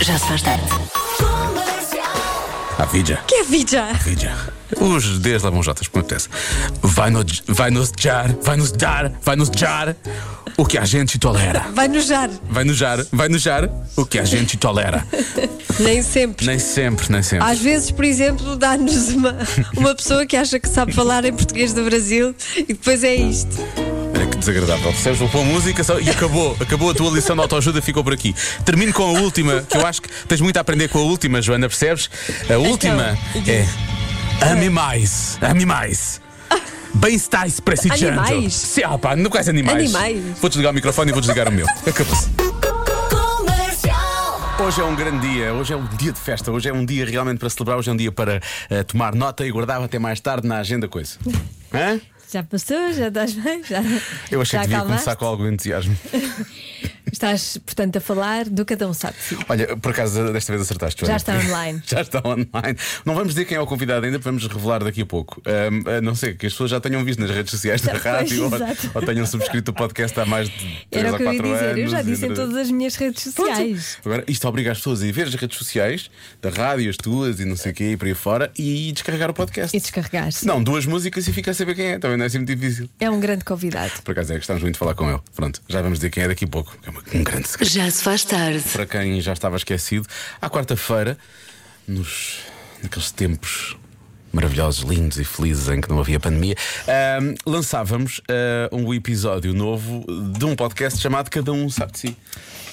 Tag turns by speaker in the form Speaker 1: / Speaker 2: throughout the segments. Speaker 1: Já se faz tarde.
Speaker 2: A vida.
Speaker 3: Que é vida?
Speaker 2: Vida. Os Ds lá vão Jotas, como é acontece. Vai, no, vai nos jar, vai nos dar, vai nos jar o que a gente tolera.
Speaker 3: Vai nojar.
Speaker 2: Vai nos jar, vai nos jar o que a gente tolera.
Speaker 3: Nem sempre.
Speaker 2: Nem sempre, nem sempre.
Speaker 3: Às vezes, por exemplo, dá-nos uma, uma pessoa que acha que sabe falar em português do Brasil e depois é isto.
Speaker 2: Olha que desagradável. Percebes uma boa música só- e acabou. Acabou a tua lição de autoajuda, ficou por aqui. Termino com a última, que eu acho que tens muito a aprender com a última, Joana, percebes? A
Speaker 3: Então,
Speaker 2: última é. Ame mais. Ame mais. Bem-estais para si,
Speaker 3: Animais?
Speaker 2: Sim, ah, pá, não quais animais.
Speaker 3: Animais.
Speaker 2: Vou desligar o microfone e vou desligar o meu. Acabou-se. Hoje é um grande dia, hoje é um dia de festa, hoje é um dia realmente para celebrar, hoje é um dia para eh, tomar nota e guardar até mais tarde na agenda coisa. Hã?
Speaker 4: Já passou? Já estás bem? Já,
Speaker 2: Eu achei
Speaker 4: já
Speaker 2: que devia
Speaker 4: acalmaste?
Speaker 2: começar com algum entusiasmo.
Speaker 4: Estás, portanto, a falar do Cada Um Sabe de Si.
Speaker 2: Olha, por acaso desta vez acertaste. Joana.
Speaker 4: Já está online.
Speaker 2: já está online. Não vamos dizer quem é o convidado ainda, vamos revelar daqui a pouco. Ahm, a não ser que as pessoas já tenham visto nas redes sociais da
Speaker 4: Pois,
Speaker 2: rádio ou,
Speaker 4: exato.
Speaker 2: ou tenham subscrito o podcast há mais de 3
Speaker 4: Era
Speaker 2: ou
Speaker 4: o que eu
Speaker 2: 4
Speaker 4: ia dizer.
Speaker 2: anos.
Speaker 4: Eu já disse
Speaker 2: e-
Speaker 4: em todas as minhas redes sociais.
Speaker 2: Agora, isto obriga as pessoas a ir ver as redes sociais da rádio, as tuas e não sei o quê, e por aí fora, e descarregar o podcast.
Speaker 4: E descarregaste.
Speaker 2: Não, duas músicas e fica a saber quem é, também não é sempre difícil.
Speaker 4: É um grande convidado.
Speaker 2: Por acaso é que estamos muito a falar com ele. Pronto, já vamos dizer quem é daqui a pouco. É uma- um grande segredo.
Speaker 1: Já se faz tarde.
Speaker 2: para quem já estava esquecido, à quarta-feira, nos naqueles tempos maravilhosos, lindos e felizes em que não havia pandemia, ahm, lançávamos ah, um episódio novo de um podcast chamado Cada Um Sabe de Si.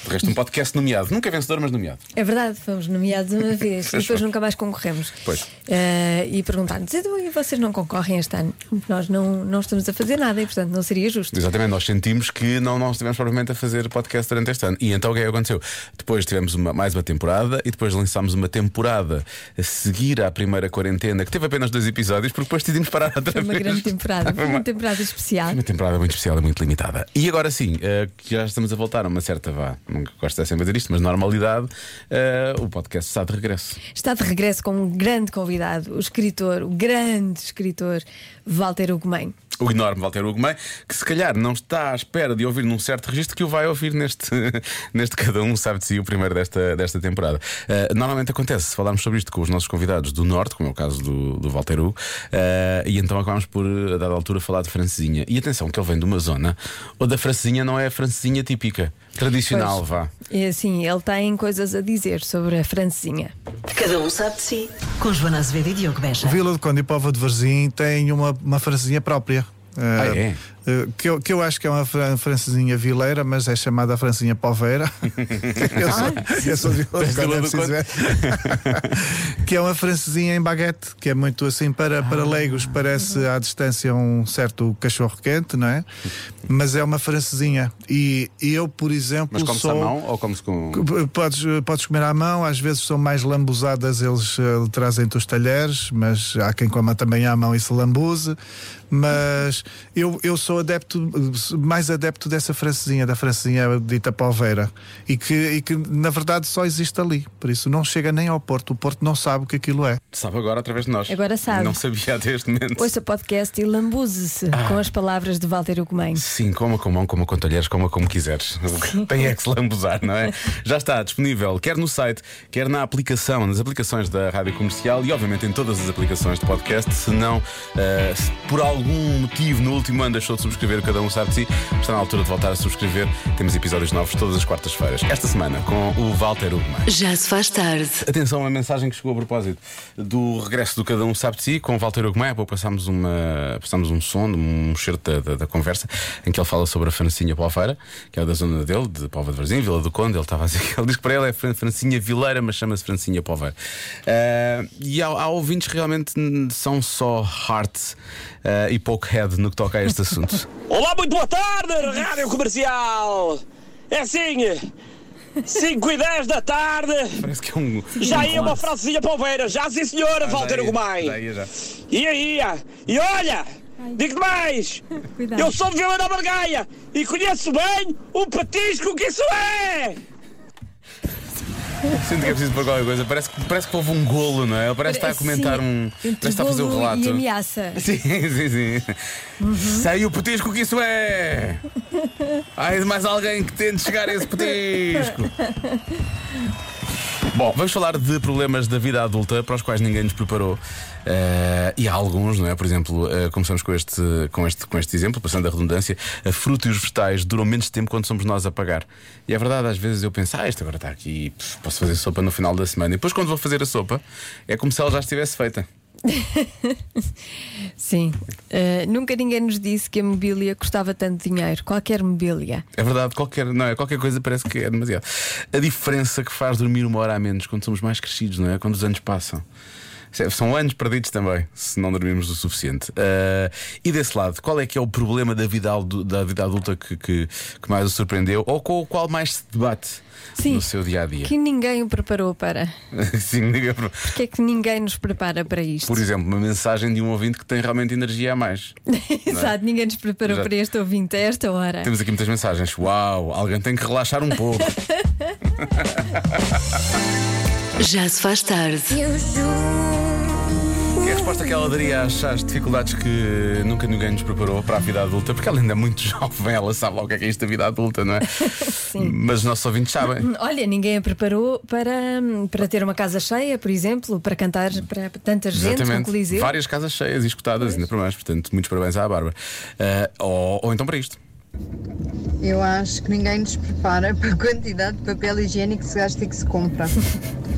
Speaker 2: De resto, um podcast nomeado. Nunca vencedor, mas nomeado.
Speaker 4: É verdade, fomos nomeados uma vez e depois nunca mais concorremos.
Speaker 2: Pois.
Speaker 4: Eh, e perguntaram-nos: "Então, e vocês não concorrem este ano? Nós não, não estamos a fazer nada e, portanto, não seria justo.
Speaker 2: Exatamente, nós sentimos que não, não estivemos propriamente a fazer podcast durante este ano. E então o que é que aconteceu? Depois tivemos uma- mais uma temporada e depois lançámos uma temporada a seguir à primeira quarentena, que teve apenas dois episódios, porque depois decidimos parar outra
Speaker 4: Foi uma
Speaker 2: vez.
Speaker 4: grande temporada, foi uma temporada especial.
Speaker 2: Uma temporada muito especial e muito limitada. E agora sim, eh, que já estamos a voltar a uma certa, vá, nunca gosto de sempre dizer isto, mas normalidade, eh, o podcast está de regresso.
Speaker 4: Está de regresso com um grande convidado, o escritor, o grande escritor Walter Ugumem.
Speaker 2: O enorme Walter Ugumem, que se calhar não está à espera de ouvir num certo registro que o vai ouvir neste, neste Cada Um Sabe de Si, o primeiro desta, desta temporada. Eh, normalmente acontece, se falarmos sobre isto com os nossos convidados do Norte, como é o caso do, do Walter Hugo, eh, e então acabamos por, a dada altura, falar de francesinha. E atenção, que ele vem de uma zona onde a francesinha não é a francesinha típica, tradicional,
Speaker 4: Pois.
Speaker 2: vá.
Speaker 4: E assim, ele tem coisas a dizer sobre a francesinha.
Speaker 1: Cada um sabe de si. Com Joana Azevedo e Diogo Beja.
Speaker 5: Vila de Conde e Povo de Varzim tem uma, uma francesinha própria.
Speaker 2: Ah,
Speaker 5: Eh,
Speaker 2: é?
Speaker 5: eh, que, eu, que eu acho que é uma fran- francesinha vileira, mas é chamada a francesinha poveira. eu, sou, eu sou de
Speaker 2: Ah. Vila
Speaker 5: Vila do Conde, é
Speaker 2: do
Speaker 5: preciso
Speaker 2: Conde.
Speaker 5: ver. que é uma francesinha em baguete, que é muito assim para, para
Speaker 2: Ah.
Speaker 5: leigos, parece à distância um certo cachorro quente, não é? Mas é uma francesinha. E, e eu, por exemplo,
Speaker 2: Mas come-se
Speaker 5: sou.
Speaker 2: à mão ou come-se com.
Speaker 5: P- Podes, podes comer à mão, às vezes são mais lambuzadas, eles eh, trazem-te os talheres, mas há quem coma também à mão e se lambuze. Mas eu, eu sou adepto, eh, mais adepto dessa francesinha, da francesinha dita palveira, e que, e que na verdade só existe ali, por isso não chega nem ao Porto, o Porto não sabe o que aquilo é.
Speaker 2: Sabe agora através de nós.
Speaker 4: Agora sabe.
Speaker 2: Não sabia até este momento.
Speaker 4: Ouça podcast e lambuze-se com as palavras de Walter Ugumem.
Speaker 2: Ah. Sim, coma com mão, coma com talheres, coma como quiseres. Tem é que se lambuzar, não é? Já está disponível, quer no site, quer na aplicação, nas aplicações da rádio comercial e, obviamente, em todas as aplicações de podcast. Se não, eh, se por algum motivo no último ano deixou de subscrever, cada um sabe de si, está na altura de voltar a subscrever. Temos episódios novos todas as quartas-feiras. Esta semana, com o Walter Ugman.
Speaker 1: Já se faz tarde.
Speaker 2: Atenção a uma mensagem que chegou a propósito do regresso do Cada Um Sabe de Si com o Walter Ogumé. Há pouco passámos, uma, passámos um som, um excerto da, da- da conversa em que ele fala sobre a Francinha Palfeira, que é da zona dele, de Palva de Varzim, Vila do Conde. Ele, estava a dizer, que- ele diz que para ele é Fran- Francinha Vileira, mas chama-se Francinha Palfeira. Ah, e há, há ouvintes que realmente hum, são só heart ah, e pouco head no que toca a este assunto.
Speaker 6: Olá, muito boa tarde, Rádio Comercial! É assim, 5 e 10 da tarde,
Speaker 2: Parece que é um.
Speaker 6: já ia uma francesinha palveira, já sim senhora, Walter
Speaker 2: Já
Speaker 6: Gomai!
Speaker 2: ia, já.
Speaker 6: E aí, e olha, digo mais,
Speaker 4: Cuidado.
Speaker 6: eu sou de Vila da Margaia e conheço bem o patisco que isso é!
Speaker 2: Sinto que é preciso pôr qualquer coisa. Parece, que- parece que houve um golo, não é? Ele Parece que está a comentar um. Parece
Speaker 4: Entre
Speaker 2: que está a fazer um
Speaker 4: golo
Speaker 2: relato.
Speaker 4: E ameaça.
Speaker 2: Sim, sim, sim. Sei o petisco que isso é! Há aí mais alguém que tente chegar a esse petisco! Bom, vamos falar de problemas da vida adulta para os quais ninguém nos preparou. Eh, e há alguns, não é? Por exemplo, eh, começamos com este, com, este, com este exemplo, passando a redundância, a fruta e os vegetais duram menos tempo quando somos nós a pagar. E é verdade, às vezes eu penso, ah, isto agora está aqui, pff, posso fazer sopa no final da semana. E depois, quando vou fazer a sopa, é como se ela já estivesse feita.
Speaker 4: Sim. Uh, nunca ninguém nos disse que a mobília custava tanto dinheiro. Qualquer mobília.
Speaker 2: É verdade, qualquer, não é, qualquer coisa parece que é demasiado. A diferença que faz dormir uma hora a menos quando somos mais crescidos, não é? Quando os anos passam. Se- São anos perdidos também, se não dormirmos o suficiente. Ah, e desse lado, qual é que é o problema da vida, aldu- da vida adulta que, que- que mais o surpreendeu ou com o qual mais se debate
Speaker 4: Sim.
Speaker 2: no seu dia a dia?
Speaker 4: Que ninguém o preparou para.
Speaker 2: Sim, diga por,
Speaker 4: Porquê é que ninguém nos prepara para isto?
Speaker 2: por exemplo, uma mensagem de um ouvinte que tem realmente energia a mais.
Speaker 4: É. Exato, ninguém nos preparou
Speaker 2: Exato.
Speaker 4: para este ouvinte a esta hora.
Speaker 2: Temos aqui muitas mensagens. Uau, alguém tem que relaxar um pouco.
Speaker 1: Já se faz tarde.
Speaker 2: E a resposta que ela daria às, às dificuldades que nunca ninguém nos preparou para a vida adulta, porque ela ainda é muito jovem, ela sabe lá o que é que é isto da vida adulta, não é? Sim. Mas os nossos ouvintes sabem.
Speaker 4: Olha, ninguém a preparou para, para ter uma casa cheia, por exemplo, para cantar para tanta gente com coliseu.
Speaker 2: Várias casas cheias e escutadas, ainda para mais, portanto, muitos parabéns à Bárbara. Ah, ou, ou então para isto.
Speaker 7: Eu acho que ninguém nos prepara para a quantidade de papel higiênico que se gasta e que se compra.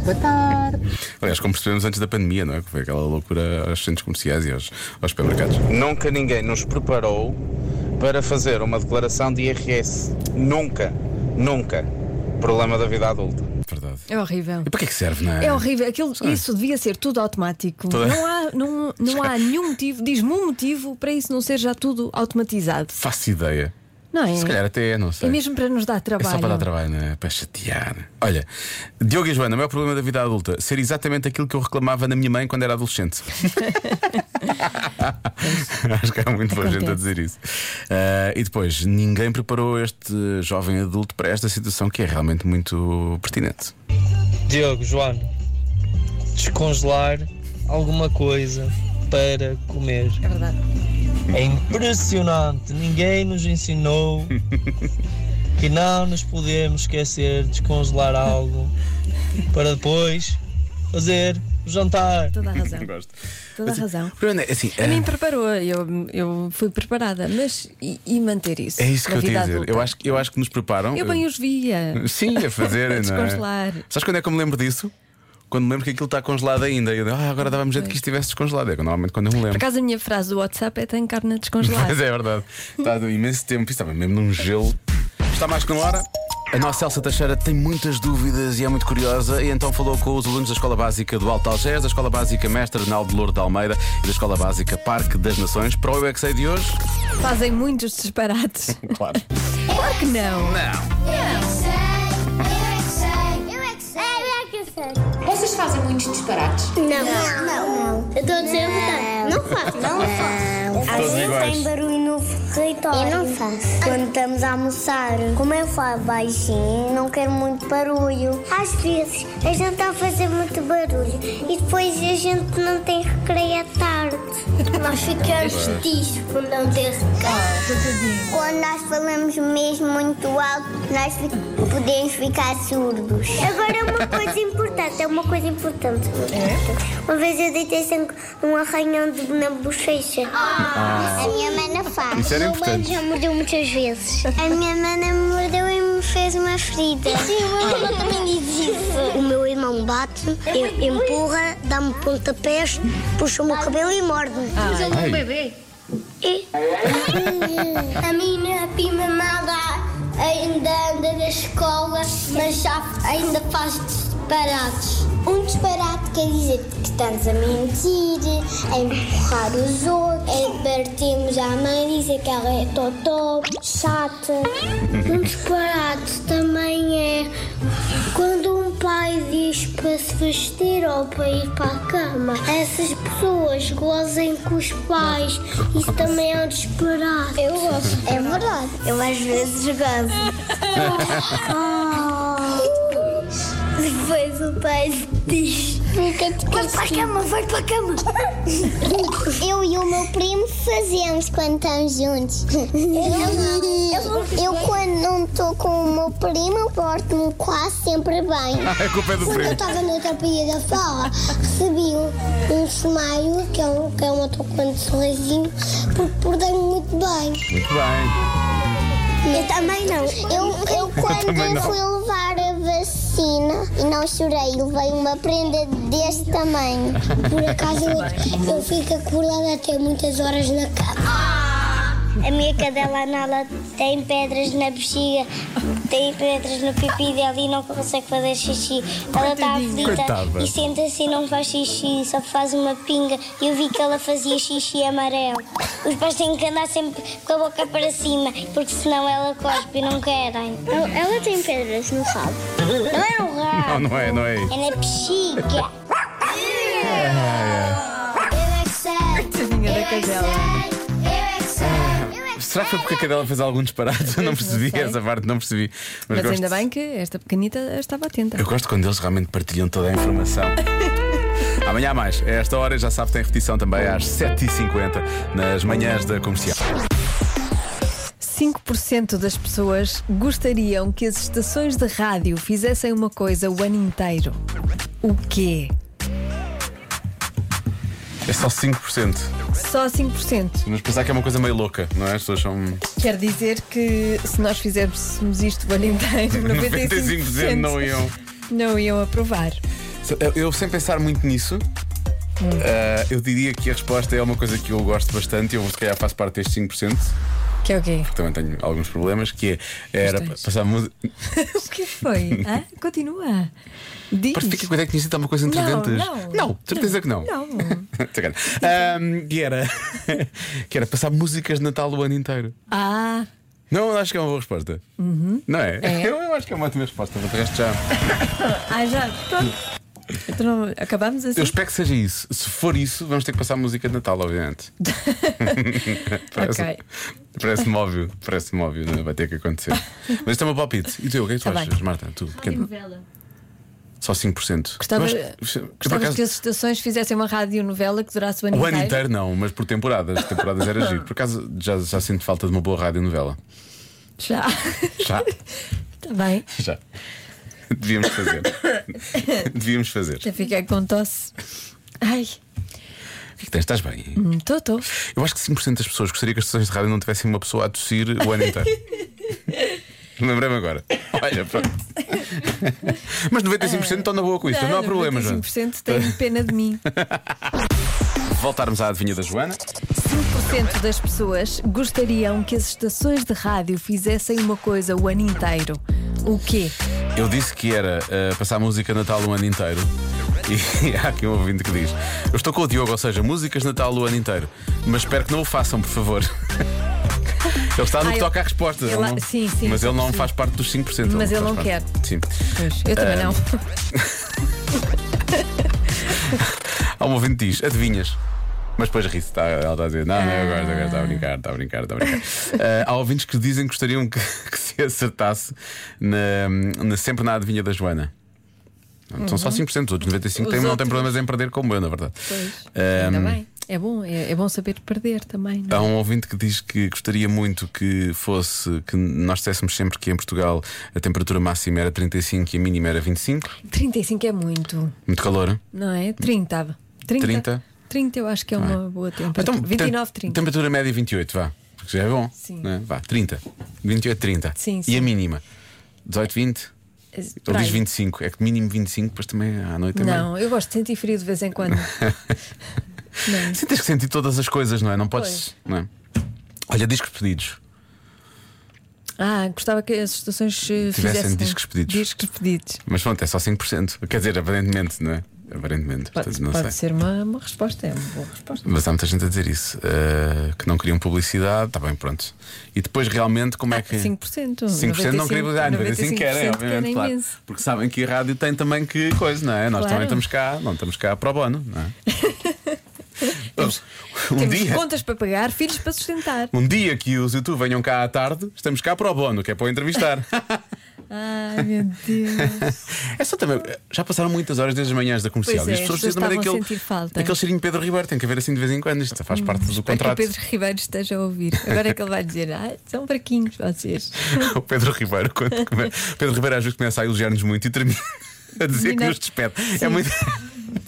Speaker 7: Boa tarde.
Speaker 2: Aliás, como percebemos antes da pandemia, não é? Que foi aquela loucura aos centros comerciais e aos, aos supermercados.
Speaker 8: Nunca ninguém nos preparou para fazer uma declaração de IRS. Nunca, nunca. Problema da vida adulta.
Speaker 2: Verdade.
Speaker 4: É horrível.
Speaker 2: E para que é que serve, não é?
Speaker 4: É horrível. Aquilo, isso devia ser tudo automático.
Speaker 2: Toda-
Speaker 4: Não, há, não, não há nenhum motivo, diz-me um motivo para isso não ser já tudo automatizado.
Speaker 2: Faço ideia.
Speaker 4: Não é?
Speaker 2: Se calhar até é, não
Speaker 4: É
Speaker 2: sei.
Speaker 4: mesmo para nos dar
Speaker 2: É
Speaker 4: trabalho.
Speaker 2: só para dar trabalho, não é? Para chatear. Olha, Diogo e Joana, o maior problema da vida adulta ser exatamente aquilo que eu reclamava na minha mãe quando era adolescente. Acho que há muito boa gente a dizer isso. Ah, e depois, ninguém preparou este jovem adulto para esta situação que é realmente muito pertinente.
Speaker 9: Diogo, João, descongelar alguma coisa para comer.
Speaker 4: É verdade.
Speaker 9: É impressionante, ninguém nos ensinou que não nos podemos esquecer de descongelar algo para depois fazer o jantar.
Speaker 4: Toda a razão.
Speaker 2: Gosto.
Speaker 4: Toda a razão.
Speaker 2: Problema é assim.
Speaker 4: A
Speaker 2: ah,
Speaker 4: mim preparou, eu, eu fui preparada, mas e, e manter isso?
Speaker 2: é isso que
Speaker 4: na
Speaker 2: eu te ia
Speaker 4: vida
Speaker 2: dizer.
Speaker 4: adulta?
Speaker 2: Eu acho, que- eu acho que nos preparam.
Speaker 4: Eu bem os via.
Speaker 2: Sim, a fazerem, não é?
Speaker 4: Descongelar.
Speaker 2: Sabes quando é que eu me lembro disso? Quando me lembro que aquilo está congelado ainda. E eu digo, ah, agora dava-me jeito que isto estivesse descongelado. É que normalmente quando eu me
Speaker 4: Por
Speaker 2: lembro.
Speaker 4: acaso a minha frase do WhatsApp é tenho carne descongelada.
Speaker 2: Mas é verdade. Está há imenso tempo. Isto estava mesmo num gelo. Está mais que uma hora. A nossa Elsa Teixeira tem muitas dúvidas e é muito curiosa, e então falou com os alunos da Escola Básica do Alto Algés, da Escola Básica Mestre Arnaldo Louro de Almeida e da Escola Básica Parque das Nações. Para o UXA de hoje,
Speaker 4: Fazem muitos disparates.
Speaker 2: claro.
Speaker 4: Claro que não.
Speaker 10: Vocês fazem muitos disparates? Não. Não. não. Eu estou a dizer tá- não. Não faço. Não, faço.
Speaker 2: Todos
Speaker 10: Às vezes
Speaker 2: iguais.
Speaker 10: tem barulho no território. Eu não faço. Quando estamos a almoçar. Como eu falo baixinho, não quero muito barulho. Às vezes a gente está a fazer muito barulho e depois a gente não tem recreio à tarde. Nós ficamos tristes por não ter recreio. Quando nós falamos mesmo muito alto, nós fi- podemos ficar surdos. Agora uma coisa importante, é uma coisa importante.
Speaker 2: É?
Speaker 10: Uma vez eu deitei sangue, um arranhão de, na bochecha. Ah. A minha mana faz.
Speaker 2: Isso era importante.
Speaker 10: já mordeu muitas vezes. A minha mana me mordeu e me fez uma ferida. Sim, o meu irmão também diz isso. O meu irmão bate, em- empurra, dá-me pontapés, puxa o meu cabelo e morde-me.
Speaker 2: Ai.
Speaker 10: A minha prima Mara ainda anda na escola, mas já ainda faz disparates. Um disparate quer dizer que estamos a mentir, a empurrar os outros, a partirmos à mãe, dizer que ela é totó, chata. Um disparate também é quando um pai diz para se vestir ou para ir para a cama. Essas pessoas gozem com os pais. Isso também é um disparate. Eu gosto. É verdade. Eu Ah. às vezes gozo. depois o pai diz: Vai para a cama, vai para a cama. Eu e o meu primo fazemos quando estamos juntos. Eu, quando não estou com o meu primo, eu porto-me quase sempre bem.
Speaker 2: Ah, é culpa é do
Speaker 10: Quando
Speaker 2: primo.
Speaker 10: eu estava na terapia da fala, recebi um, um smile, que é, um, que é uma tocante de sorrisinho, porque portei-me muito bem.
Speaker 2: Muito bem.
Speaker 10: Eu também não. Eu, eu quando
Speaker 2: também não.
Speaker 10: fui levar a vacina e não chorei, levei uma prenda deste tamanho. Por acaso eu, eu fico acordada até muitas horas na cama. A minha cadela Nala tem pedras na bexiga, tem pedras no pipi dela e não consegue fazer xixi. Ela está
Speaker 2: Coitada.
Speaker 10: aflita e senta-se e assim, não faz xixi, só faz uma pinga. Eu vi que ela fazia xixi amarelo. Os pais têm que andar sempre com a boca para cima, porque senão ela cospe e não querem. Ela tem pedras no rabo. Não é no rabo.
Speaker 2: Não, não é, não é.
Speaker 10: É na bexiga. Eu é que sei.
Speaker 4: Tadinha da cadela.
Speaker 10: Eu é que sei.
Speaker 2: Será que foi porque a cadela fez algum disparate? Eu não
Speaker 4: Não
Speaker 2: percebi
Speaker 4: sei.
Speaker 2: essa parte, não percebi.
Speaker 4: Mas
Speaker 2: gosto-
Speaker 4: ainda bem que esta pequenita estava atenta.
Speaker 2: Eu gosto quando eles realmente partilham toda a informação. Amanhã há mais. A esta hora, já sabe, tem repetição também às 7h50 nas manhãs da comercial.
Speaker 4: 5% das pessoas gostariam que as estações de rádio fizessem uma coisa o ano inteiro. O quê?
Speaker 2: É só 5%.
Speaker 4: Só 5%.
Speaker 2: Mas pensar que é uma coisa meio louca, não é? As pessoas são.
Speaker 4: Quer dizer que se nós fizéssemos isto o ano inteiro, 95%
Speaker 2: 95% não iam.
Speaker 4: não iam aprovar.
Speaker 2: Eu, eu, sem pensar muito nisso, ah, eu diria que a resposta é uma coisa que eu gosto bastante. Eu, se calhar, faço parte destes 5%,
Speaker 4: Que é o quê?
Speaker 2: também tenho alguns problemas. Que é, era
Speaker 4: Os teus.
Speaker 2: passar música.
Speaker 4: O que foi? Hã? Continua. Diz.
Speaker 2: Parece que a coisa é que tinha sido uma coisa entre
Speaker 4: Não,
Speaker 2: dentes.
Speaker 4: não.
Speaker 2: não, certeza que não.
Speaker 4: Não.
Speaker 2: Sacana. Ahm, que, era, que era passar músicas de Natal o ano inteiro.
Speaker 4: Ah,
Speaker 2: Não, acho que é uma boa resposta. Não é? Eu, eu acho que é uma ótima resposta, mas o resto já.
Speaker 4: ah já. Pronto. Então, acabamos assim.
Speaker 2: Eu espero que seja isso. Se for isso, vamos ter que passar música de Natal, obviamente. parece,
Speaker 4: Ok.
Speaker 2: parece-me óbvio, parece-me óbvio, não é? vai ter que acontecer. Mas isto é uma palpite. E tu, o que é que tu
Speaker 4: Tá
Speaker 2: achas,
Speaker 4: bem.
Speaker 2: Marta? Tu, pequeno. Só 5%. Eu
Speaker 4: Gostava,
Speaker 2: acho- eu, por
Speaker 4: gostavas
Speaker 2: acaso-
Speaker 4: que as estações fizessem uma radionovela que durasse o ano
Speaker 2: O
Speaker 4: inteiro.
Speaker 2: ano inteiro não, mas por temporadas. Temporadas era giro. Por acaso já, já sinto falta de uma boa radionovela.
Speaker 4: Já.
Speaker 2: Já?
Speaker 4: Está bem.
Speaker 2: Já. Devíamos fazer. Devíanos fazer.
Speaker 4: Já fiquei com tosse. Ai,
Speaker 2: O que tens? Estás bem?
Speaker 4: estou, estou.
Speaker 2: Eu acho que 5% das pessoas gostaria que as estações de rádio não tivessem uma pessoa a tossir o ano inteiro. Lembrei-me agora. Olha, pronto. Mas 95% estão na boa com isso, não, há problema, João.
Speaker 4: 5% têm pena de mim.
Speaker 2: Voltarmos à adivinha da Joana.
Speaker 4: 5% das pessoas gostariam que as estações de rádio fizessem uma coisa o ano inteiro. O quê?
Speaker 2: Eu disse que era eh, passar música de Natal o ano inteiro. E há aqui um ouvinte que diz: Eu estou com o Diogo, ou seja, músicas de Natal o ano inteiro. Mas espero que não o façam, por favor. Ele está no
Speaker 4: Ah,
Speaker 2: que
Speaker 4: ele-
Speaker 2: toca à resposta.
Speaker 4: ele-
Speaker 2: não-
Speaker 4: sim, sim,
Speaker 2: mas ele não
Speaker 4: sim.
Speaker 2: faz parte dos 5%.
Speaker 4: Mas ele não
Speaker 2: faz
Speaker 4: quer.
Speaker 2: parte. Sim.
Speaker 4: Pois, eu também não.
Speaker 2: Há um ouvinte que diz: Adivinhas. Mas depois ri-se, está, ela está a dizer: Não, não, eu gosto, eu gosto, está a brincar, está a brincar, está a brincar. Eh, há ouvintes que dizem que gostariam que, que se acertasse na- na- sempre na adivinha da Joana. São só 5%, os outros 95% têm-
Speaker 4: Uhum.
Speaker 2: não
Speaker 4: Os
Speaker 2: têm
Speaker 4: outros-
Speaker 2: problemas em perder como eu, na verdade.
Speaker 4: Pois,
Speaker 2: Ahm,
Speaker 4: ainda bem. É bom, é, é bom saber perder também. não é?
Speaker 2: Há um ouvinte que diz que gostaria muito que fosse que nós dissessemos sempre que em Portugal a temperatura máxima era 35 e a mínima era 25.
Speaker 4: 35 é muito,
Speaker 2: Muito calor. hein?
Speaker 4: não é? 30. 30.
Speaker 2: 30.
Speaker 4: 30 eu acho que é uma boa temperatura.
Speaker 2: Então, tem-
Speaker 4: 29, 30.
Speaker 2: Temperatura média 28, vá. Porque já é bom.
Speaker 4: Sim.
Speaker 2: né? Vá, 30. 28, 30.
Speaker 4: Sim,
Speaker 2: E
Speaker 4: sim.
Speaker 2: a mínima? 18, 20?
Speaker 4: Por
Speaker 2: Ele
Speaker 4: aí.
Speaker 2: diz 25. É que mínimo 25, depois também à noite também.
Speaker 4: Não, eu gosto de sentir frio de vez em quando. Não.
Speaker 2: Sim, tens que sentir todas as coisas, não é? Não podes. Não é? Olha, discos pedidos.
Speaker 4: Ah, gostava que as estações eh,
Speaker 2: Tivessem
Speaker 4: fizessem
Speaker 2: discos pedidos.
Speaker 4: Discos pedidos.
Speaker 2: Mas pronto, é só 5%. Quer dizer, aparentemente, não é? Aparentemente.
Speaker 4: Pode,
Speaker 2: Portanto, não
Speaker 4: pode
Speaker 2: sei.
Speaker 4: ser uma, uma resposta, é uma boa resposta.
Speaker 2: Mas há muita gente a dizer isso. eh, que não queriam publicidade, está bem, pronto. E depois realmente,
Speaker 4: Ah,
Speaker 2: como é que.
Speaker 4: 5%.
Speaker 2: 5% não queria publicidade, 95% querem,
Speaker 4: 95%
Speaker 2: obviamente, claro.
Speaker 4: imenso.
Speaker 2: Porque sabem que a rádio tem também que coisa, não é? Nós
Speaker 4: Claro.
Speaker 2: também estamos cá, não estamos cá para o bono, não é? um
Speaker 4: Temos
Speaker 2: dia.
Speaker 4: contas para pagar, filhos para sustentar.
Speaker 2: Um dia que os YouTube venham cá à tarde, estamos cá para o bono, que é para o entrevistar.
Speaker 4: Ai, meu Deus.
Speaker 2: Essa também. Já passaram muitas horas desde as manhãs da comercial.
Speaker 4: Pois é,
Speaker 2: e as pessoas
Speaker 4: as pessoas
Speaker 2: precisam também
Speaker 4: estavam a
Speaker 2: daquele,
Speaker 4: sentir falta. Hum,
Speaker 2: daquele cheirinho de Pedro Ribeiro. Tem que haver assim de vez em quando. Isto faz parte do
Speaker 4: Espero que o
Speaker 2: contrato.
Speaker 4: Pedro Ribeiro esteja a ouvir. Agora é que ele vai dizer: ah, são braquinhos vocês.
Speaker 2: O Pedro Ribeiro, quando come- Pedro Ribeiro às vezes começa a elogiar-nos muito e termina a dizer que
Speaker 4: Termina-
Speaker 2: nos despede.
Speaker 4: Sim.
Speaker 2: É muito.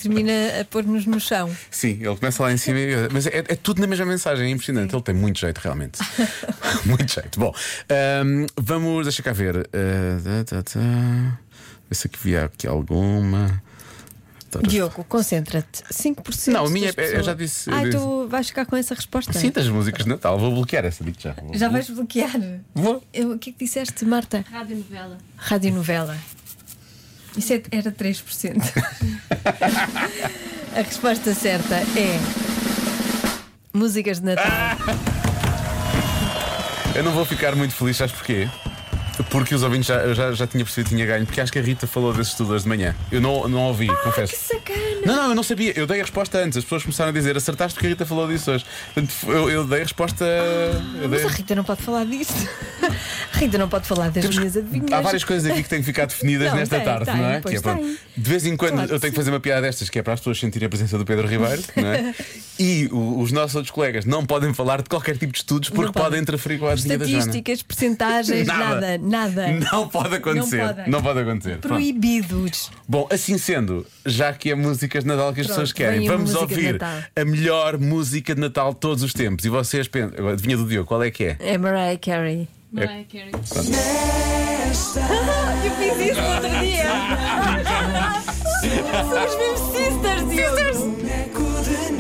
Speaker 4: Termina a pôr-nos no chão.
Speaker 2: Sim, ele começa lá em cima, e- mas é, é tudo na mesma mensagem, é impressionante. Ele tem muito jeito, realmente. muito jeito. Bom, ahm, vamos, deixa cá ver. Ah, tá, tá, tá. Ver se aqui havia aqui alguma. Tá, tá, tá.
Speaker 4: Diogo, concentra-te. 5%
Speaker 2: Não, a minha
Speaker 4: das
Speaker 2: é- eu
Speaker 4: pessoas-
Speaker 2: já disse- eu
Speaker 4: Ah,
Speaker 2: disse.
Speaker 4: tu vais ficar com essa resposta?
Speaker 2: Sim, tá. das músicas de Natal. Vou bloquear essa, digo já. Vou-
Speaker 4: Já vais bloquear.
Speaker 2: Vou.
Speaker 4: Eu- o que é que disseste, Marta? Rádio novela. Rádio novela. Isso é- era 3%. A resposta certa é. Músicas de
Speaker 2: Ah!
Speaker 4: Natal.
Speaker 2: Eu não vou ficar muito feliz, sabes porquê? Porque os ouvintes já, eu já, já tinha percebido que tinha ganho, porque acho que a Rita falou desses estudos hoje de manhã. Eu não, não ouvi, confesso.
Speaker 4: Sacana!
Speaker 2: Não, não, eu não sabia. Eu dei a resposta antes. As pessoas começaram a dizer: acertaste porque a Rita falou disso hoje. Portanto, eu, eu dei a resposta. eu dei-
Speaker 4: Mas a Rita não pode falar disso. A Rita não pode falar das minhas adivinhas.
Speaker 2: Há várias coisas aqui que têm que ficar definidas
Speaker 4: Não,
Speaker 2: nesta
Speaker 4: tem,
Speaker 2: tarde,
Speaker 4: tem,
Speaker 2: não é?
Speaker 4: pois
Speaker 2: é para-
Speaker 4: tem.
Speaker 2: De vez em quando
Speaker 4: Claro que
Speaker 2: eu tenho que fazer uma piada destas, que é para as pessoas sentirem a presença do Pedro Ribeiro, não é? E o- os nossos outros colegas não podem falar de qualquer tipo de estudos porque
Speaker 4: Não podem.
Speaker 2: podem interferir com a adivinha da Joana.
Speaker 4: Estatísticas, percentagens,
Speaker 2: Nada.
Speaker 4: nada, nada.
Speaker 2: Não pode acontecer. Não,
Speaker 4: é? podem.
Speaker 2: pode acontecer. Pronto.
Speaker 4: Proibidos.
Speaker 2: Bom, assim sendo, já que é músicas de Natal que as
Speaker 4: Pronto,
Speaker 2: pessoas querem,
Speaker 4: vem a
Speaker 2: vamos
Speaker 4: música de
Speaker 2: ouvir
Speaker 4: Natal.
Speaker 2: a melhor música de Natal de todos os tempos. E vocês pensam, agora, adivinha do Diogo, qual é que é?
Speaker 4: É Mariah Carey.
Speaker 2: Mariah
Speaker 4: Carey. Eu fiz isso no outro dia. Somos mesmo sisters, Diogo.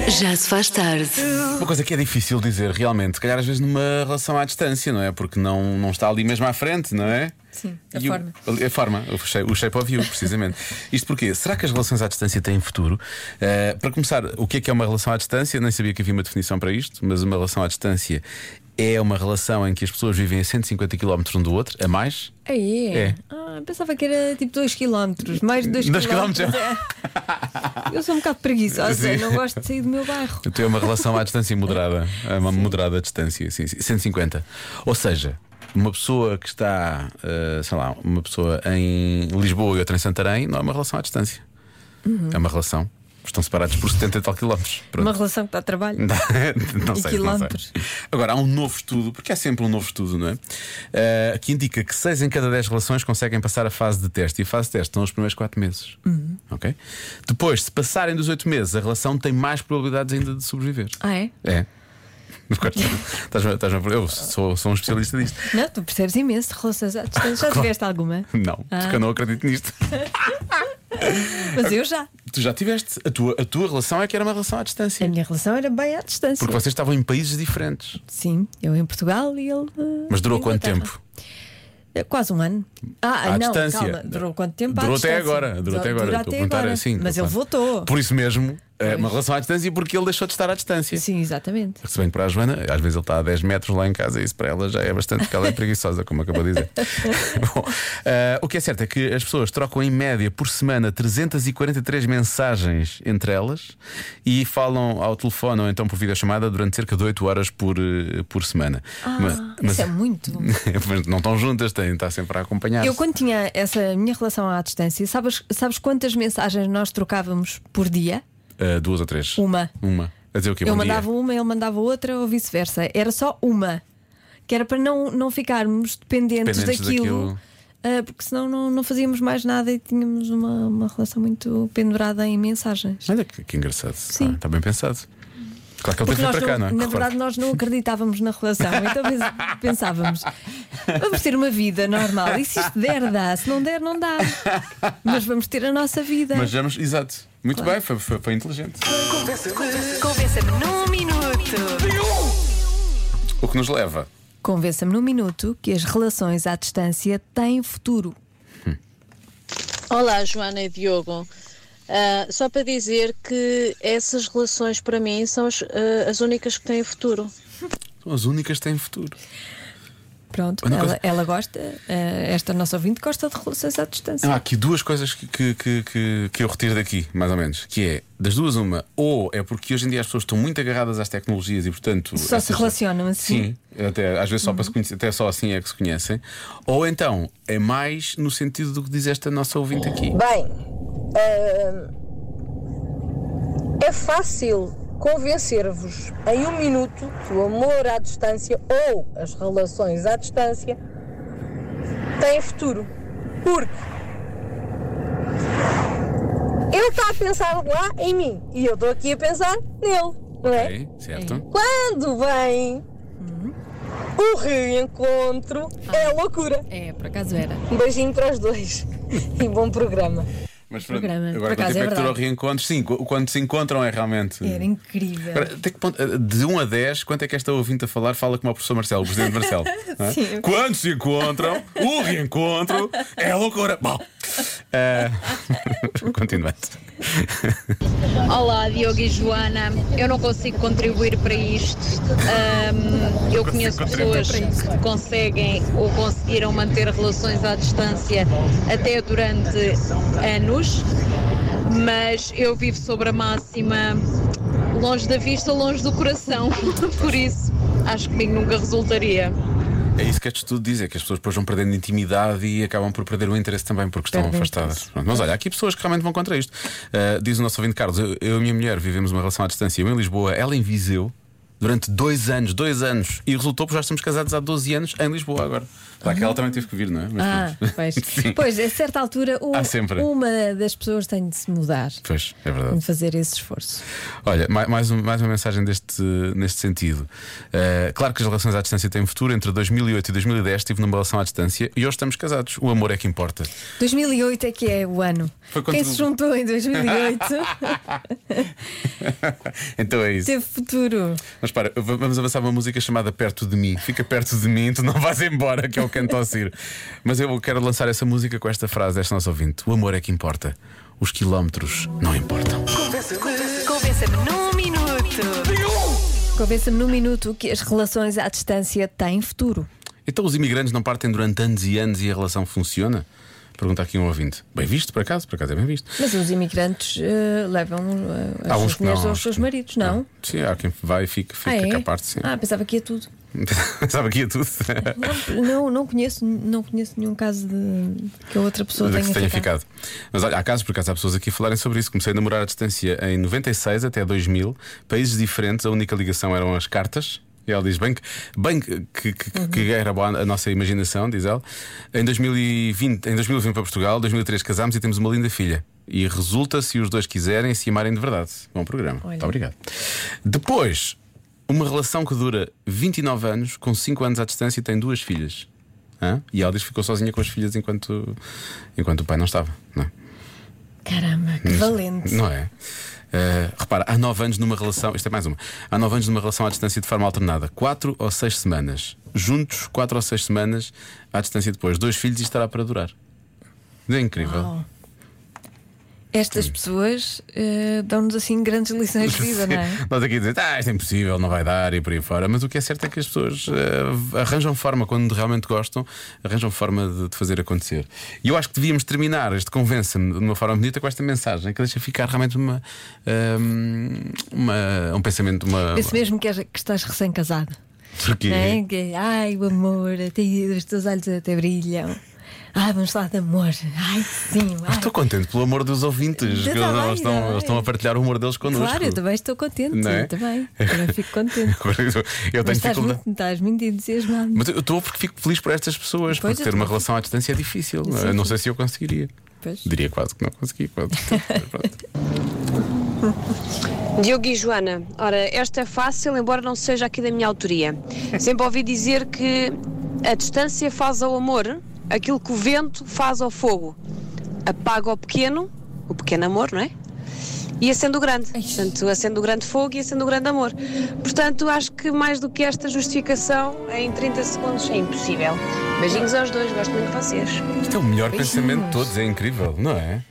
Speaker 1: Já se faz tarde.
Speaker 2: Uma coisa que é difícil dizer realmente, se calhar às vezes numa relação à distância, não é? Porque não, não está ali mesmo à frente, não é?
Speaker 4: Sim, a
Speaker 2: E o-
Speaker 4: forma.
Speaker 2: ali- a forma, o shape, o shape of you, precisamente. Isto porquê? Será que as relações à distância têm futuro? Eh, para começar, o que é que é uma relação à distância? Nem sabia que havia uma definição para isto, mas uma relação à distância é uma relação em que as pessoas vivem a 150 km um do outro, a mais.
Speaker 4: Aí
Speaker 2: É.
Speaker 4: Ah, pensava que era tipo 2 km, mais de 2 km.
Speaker 2: Dois quilómetros, é.
Speaker 4: Eu sou um bocado preguiçosa,
Speaker 2: Sim.
Speaker 4: não gosto de sair do meu bairro.
Speaker 2: Eu tenho uma relação à distância moderada, a uma moderada distância, sim, sim, 150. Ou seja, uma pessoa que está, eh, sei lá, uma pessoa em Lisboa e outra em Santarém, não é uma relação à distância. É uma relação. Estão separados por 70 e tal quilómetros. Pronto.
Speaker 4: Uma relação que dá trabalho.
Speaker 2: não
Speaker 4: E
Speaker 2: sei,
Speaker 4: quilómetros.
Speaker 2: não sei. Agora, há um novo estudo, porque há sempre um novo estudo, não é? Eh, que indica que 6 em cada 10 relações conseguem passar a fase de teste. E a fase de teste são os primeiros 4 meses. Ok? Depois, se passarem dos 8 meses, a relação tem mais probabilidades ainda de sobreviver.
Speaker 4: Ah, é?
Speaker 2: É. Estás estás eu sou, sou um especialista nisto.
Speaker 4: Não, tu percebes imenso de relações à distância. Já tiveste alguma?
Speaker 2: Não, porque eu não acredito nisto.
Speaker 4: Mas eu já.
Speaker 2: Tu já tiveste, a tua, a tua relação é que era uma relação à
Speaker 4: A
Speaker 2: distância.
Speaker 4: minha relação era bem à distância.
Speaker 2: Porque vocês estavam em países diferentes.
Speaker 4: Sim, eu em Portugal e ele. eh,
Speaker 2: Mas durou
Speaker 4: em
Speaker 2: quanto
Speaker 4: Inglaterra.
Speaker 2: tempo?
Speaker 4: Eh, Quase um ano. Ah,
Speaker 2: À
Speaker 4: não,
Speaker 2: distância.
Speaker 4: calma. Durou quanto tempo? à
Speaker 2: Durou até
Speaker 4: distância?
Speaker 2: agora. Durou até agora. Estou
Speaker 4: Durou
Speaker 2: a
Speaker 4: até
Speaker 2: perguntar
Speaker 4: agora.
Speaker 2: assim,
Speaker 4: Mas
Speaker 2: estou a
Speaker 4: ele voltou.
Speaker 2: Por isso mesmo, é uma relação à distância e porque ele deixou de estar à distância.
Speaker 4: Sim, exatamente.
Speaker 2: Recebendo para a Joana, às vezes ele está a 10 metros lá em casa, e isso para ela já é bastante, porque ela é preguiçosa, como acabou de dizer. Bom, eh, o que é certo é que as pessoas trocam em média por semana 343 mensagens entre elas e falam ao telefone ou então por videochamada durante cerca de 8 horas por, eh, por semana. mas,
Speaker 4: Isso é muito.
Speaker 2: mas não estão juntas, têm de estar sempre a acompanhar.
Speaker 4: Eu, quando tinha essa minha relação à distância, sabes, sabes quantas mensagens nós trocávamos por dia?
Speaker 2: Eh, duas ou três?
Speaker 4: Uma.
Speaker 2: Uma. A dizer o quê?
Speaker 4: Eu
Speaker 2: Bom dia.
Speaker 4: mandava um. uma, ele mandava outra ou vice-versa. Era só uma. Que era para não, não ficarmos dependentes,
Speaker 2: Dependentes
Speaker 4: daquilo.
Speaker 2: daquilo.
Speaker 4: ah, porque senão não, não fazíamos mais nada e tínhamos uma, uma relação muito pendurada em mensagens.
Speaker 2: Olha é que, que engraçado.
Speaker 4: Sim.
Speaker 2: Ah, Está bem pensado. Claro que ele tem que
Speaker 4: Porque nós
Speaker 2: vir para cá, não
Speaker 4: não-
Speaker 2: é?
Speaker 4: na
Speaker 2: Claro.
Speaker 4: verdade, nós não acreditávamos na relação. Então pens- pensávamos, vamos ter uma vida normal. E se isto der, dá. Se não der, não dá. Mas vamos ter a nossa vida.
Speaker 2: Mas vamos, exato. Muito bem, foi, foi, foi inteligente.
Speaker 1: Convença-me num minuto.
Speaker 2: O que nos leva.
Speaker 4: Convença-me num minuto que as relações à distância têm futuro.
Speaker 11: Olá, Joana e Diogo. Ah, só para dizer que essas relações para mim são as, ah, as únicas que têm futuro.
Speaker 2: Então, São as únicas que têm futuro.
Speaker 4: Pronto,
Speaker 2: Outra
Speaker 4: ela,
Speaker 2: coisa-
Speaker 4: ela gosta, eh, esta nossa ouvinte gosta de relações à distância.
Speaker 2: Há aqui duas coisas que, que, que, que- que eu retiro daqui, mais ou menos. Que é, das duas, uma, ou é porque hoje em dia as pessoas estão muito agarradas às tecnologias e, portanto.
Speaker 4: Só se
Speaker 2: essas-
Speaker 4: relacionam assim. Uhum.
Speaker 2: Sim, até, às vezes só para se conhecer, até só assim é que se conhecem. Ou então é mais no sentido do que diz esta nossa ouvinte aqui.
Speaker 12: Bem, hum, é fácil convencer-vos em um minuto que o amor à distância ou as relações à distância têm futuro. Porque ele está a pensar lá em mim e eu estou aqui a pensar nele, não é?
Speaker 2: Ok, certo?
Speaker 12: Quando vem o reencontro,
Speaker 13: Hum.
Speaker 12: é loucura.
Speaker 4: É, por acaso era.
Speaker 12: Um beijinho para os dois e bom programa.
Speaker 2: Mas pronto,
Speaker 12: Programa.
Speaker 2: agora
Speaker 12: Por
Speaker 2: quanto
Speaker 12: acaso
Speaker 2: tempo
Speaker 12: é
Speaker 2: é que durou o
Speaker 12: verdade.
Speaker 2: reencontro? Sim, qu- quando se encontram é realmente.
Speaker 4: Era incrível.
Speaker 2: Agora, até que ponto- de 1 a 10, quanto é que esta ouvinte a falar fala como o professor Marcelo, o presidente Marcelo? não é?
Speaker 4: Sim.
Speaker 2: Quando se encontram, o reencontro é loucura. Bom, eh, continuando.
Speaker 13: Olá, Diogo e Joana. Eu não consigo contribuir para isto. Ahm, eu
Speaker 14: Não consigo
Speaker 13: conheço
Speaker 14: contribuir
Speaker 13: pessoas
Speaker 14: para isto.
Speaker 13: que conseguem ou conseguiram manter relações à distância até durante anos, mas eu vivo sobre a máxima longe da vista, longe do coração. Por isso, acho que comigo nunca resultaria.
Speaker 2: É isso que este estudo diz, é que as pessoas depois vão perdendo intimidade e acabam por perder o interesse também porque estão
Speaker 15: Perdem
Speaker 2: afastadas. Pronto, mas olha, há aqui pessoas que realmente vão contra isto. Uh, diz o nosso ouvinte Carlos, eu, eu e a minha mulher vivemos uma relação à distância, eu em Lisboa, ela em Viseu, durante dois anos, dois anos, e resultou porque já estamos casados há 12 anos em Lisboa agora. Claro que ela também teve que vir, não é? Mas
Speaker 4: Ah,
Speaker 2: pronto.
Speaker 4: pois.
Speaker 2: Sim.
Speaker 4: Pois, a certa altura, um-
Speaker 2: Há sempre.
Speaker 4: uma das pessoas tem de se mudar,
Speaker 2: Pois, é verdade.
Speaker 4: tem de fazer esse esforço.
Speaker 2: Olha, ma- mais, um- mais uma mensagem deste, neste sentido. Uh, claro que as relações à distância têm futuro. Entre 2008 e 2010 estive numa relação à distância e hoje estamos casados. O amor é que importa.
Speaker 4: 2008 é que é o ano.
Speaker 2: Foi quando
Speaker 4: Quem
Speaker 2: tu-
Speaker 4: se juntou em 2008
Speaker 2: então é isso.
Speaker 4: teve futuro.
Speaker 2: Mas para, v- vamos avançar uma música chamada Perto de Mim. Fica perto de mim, tu não vais embora, que é o canto ao Ciro. Mas eu quero lançar essa música com esta frase deste nosso ouvinte: O amor é que importa, os quilómetros não importam.
Speaker 4: Convença-me num minuto. Convença-me num minuto que as relações à distância têm futuro.
Speaker 2: Então os imigrantes não partem durante anos e anos e a relação funciona? Pergunta aqui um ouvinte. Bem visto, por acaso? Por acaso é bem visto.
Speaker 4: Mas os imigrantes eh, levam eh,
Speaker 2: Há
Speaker 4: as
Speaker 2: uns
Speaker 4: suas
Speaker 2: que
Speaker 4: mulheres
Speaker 2: não,
Speaker 4: aos
Speaker 2: acho
Speaker 4: seus maridos, não?
Speaker 2: Sim, há quem vai e fica, fica
Speaker 4: ah, é?
Speaker 2: cá à parte, sim.
Speaker 4: Ah, pensava que ia tudo.
Speaker 2: Sabe aqui é tudo.
Speaker 4: Não, não conheço, não conheço nenhum caso de que a outra pessoa
Speaker 2: de é que
Speaker 4: tenha,
Speaker 2: se tenha
Speaker 4: ficado.
Speaker 2: ficado. Mas olha, há casos, por acaso, há pessoas aqui a falarem sobre isso. Comecei a namorar à distância em 96 até 2000, países diferentes, a única ligação eram as cartas. E ela diz: bem, que- bem que, que, que-
Speaker 4: Uhum.
Speaker 2: que era boa a nossa imaginação, diz ela. Em 2020, em 2000 vim um para Portugal, 2003 casámos e temos uma linda filha. E resulta, se os dois quiserem, se amarem de verdade. Bom programa.
Speaker 15: Olha.
Speaker 2: Muito obrigado. Depois, uma relação que dura 29 anos, com 5 anos à distância e tem duas filhas. Hã? E ela diz que ficou sozinha com as filhas enquanto, enquanto o pai não estava. Não, é?
Speaker 4: Caramba, que
Speaker 2: Mas-
Speaker 4: valente.
Speaker 2: Não é? Eh, repara, há 9 anos numa relação, isto é mais uma, há 9 anos numa relação à distância de forma alternada, 4 ou 6 semanas, juntos 4 ou 6 semanas à distância depois, dois filhos e estará para durar. É incrível.
Speaker 4: Uau. Estas pessoas eh, dão-nos assim grandes lições de vida, não é?
Speaker 2: Nós aqui dizemos, ah, isto é impossível, não vai dar e por aí fora. Mas o que é certo é que as pessoas eh, arranjam forma, quando realmente gostam, arranjam forma de, de fazer acontecer. E eu acho que devíamos terminar este Convença-me de uma forma bonita com esta mensagem que deixa ficar realmente uma, eh, uma- um pensamento, uma.
Speaker 4: Penso mesmo que, és- que estás recém-casado.
Speaker 2: Porquê?
Speaker 4: não é? Que, ai, o amor, até, os teus olhos até brilham. Ai, vamos falar de amor. Ai, sim.
Speaker 2: Mas Ah, estou contente pelo amor dos ouvintes,
Speaker 4: Tá
Speaker 2: que eles,
Speaker 4: bem,
Speaker 2: eles estão,
Speaker 4: tá bem.
Speaker 2: eles estão a partilhar o humor deles connosco.
Speaker 4: Claro, eu também estou contente.
Speaker 2: Não é?
Speaker 4: Eu também. Também fico contente.
Speaker 2: Eu tenho
Speaker 4: Mas estás
Speaker 2: dificuldade.
Speaker 4: muito, estás muito entusiasmado.
Speaker 2: Mas eu estou porque fico feliz por estas pessoas,
Speaker 4: Pois,
Speaker 2: porque
Speaker 4: eu
Speaker 2: ter uma
Speaker 4: também.
Speaker 2: relação à distância é difícil.
Speaker 4: Sim,
Speaker 2: Eu não
Speaker 4: sim.
Speaker 2: sei se eu conseguiria.
Speaker 4: Pois.
Speaker 2: Diria quase que não consegui. Quase.
Speaker 16: Diogo e Joana, ora, esta é fácil, embora não seja aqui da minha autoria. Sempre ouvi dizer que a distância faz ao amor aquilo que o vento faz ao fogo. Apaga o pequeno, o pequeno amor, não é? E acende o grande. Portanto, acende o grande fogo e acende o grande amor. Portanto, acho que mais do que esta justificação, em 30 segundos é impossível. Beijinhos aos dois, gosto muito de vocês.
Speaker 2: Isto é o melhor
Speaker 16: Beijinhos.
Speaker 2: pensamento de todos, é incrível, não é?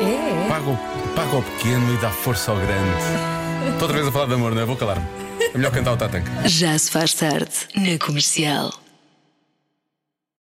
Speaker 4: É.
Speaker 2: Paga, o- paga ao pequeno e dá força ao grande. Estou outra vez a falar de amor, não é? Vou calar-me. É melhor cantar o Tatanka.
Speaker 1: Já se faz tarde na comercial.